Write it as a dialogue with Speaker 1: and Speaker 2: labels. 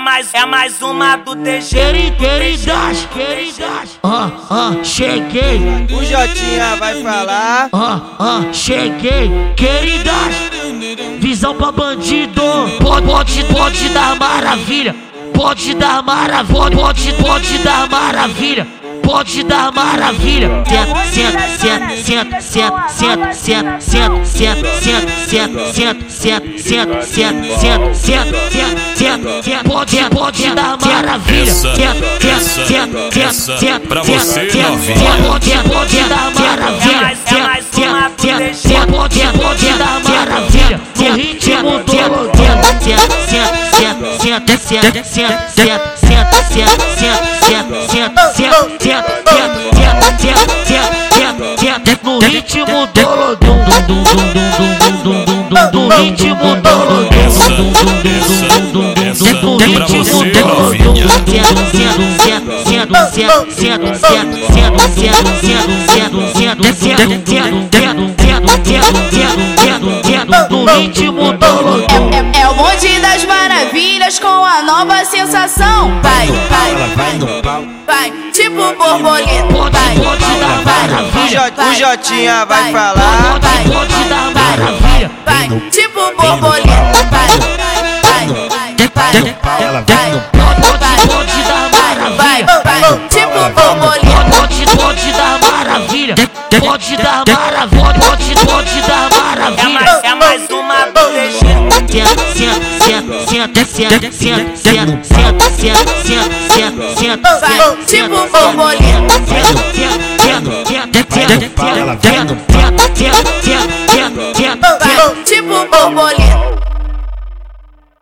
Speaker 1: mais, é mais uma do TG.
Speaker 2: Queridas, queridas, ah, ah, cheguei,
Speaker 3: O Jotinha vai falar.
Speaker 2: ah, ah, cheguei, queridas, visão pra bandido, pode, pode, pode dar maravilha, pode dar maravilha, pode, pode dar maravilha, pode dar maravilha, senta, senta, senta, senta, senta, senta, senta, senta, senta, senta, senta, senta, senta, senta, senta, senta, senta, senta, pode, pode dar maravilha,
Speaker 4: Essa,
Speaker 2: senta,
Speaker 4: essa,
Speaker 2: senta, senta,
Speaker 4: essa
Speaker 2: senta,
Speaker 4: pra
Speaker 2: senta,
Speaker 4: você,
Speaker 2: senta,
Speaker 4: novinha.
Speaker 2: senta, pode, pode dar maravilha, senta, senta, senta, pode, pode dar maravilha, no ritmo do no ritmo do lodum dum dum dum dum dum dum dum dum ritmo do lodum dum dum dum dum dum dum dum ritmo do lodum no ritmo do lodum
Speaker 5: É, é o bonde das maravilhas com a nova sensação. Vai, vai, vai, vai, tipo borboleta.
Speaker 2: Pode,
Speaker 5: Vai,
Speaker 2: pode
Speaker 5: vai,
Speaker 2: dar
Speaker 5: vai,
Speaker 2: maravilha.
Speaker 5: vai,
Speaker 3: O
Speaker 5: vai,
Speaker 3: Jotinha
Speaker 2: Pode,
Speaker 3: vai falar.
Speaker 2: pode dar maravilha.
Speaker 5: Vai, tipo borboleta. Vai, vai, vai, vai, vai,
Speaker 2: Pode,
Speaker 5: vai,
Speaker 2: pode dar
Speaker 5: vai,
Speaker 2: maravilha.
Speaker 5: vai, vai, tipo borboleta.
Speaker 2: Pode, pode dar maravilha. Pode dar maravilha. Pode, pode dar
Speaker 1: É
Speaker 2: maravilha.
Speaker 1: mais, é mais uma do TG.
Speaker 5: Vai, tipo borboleta.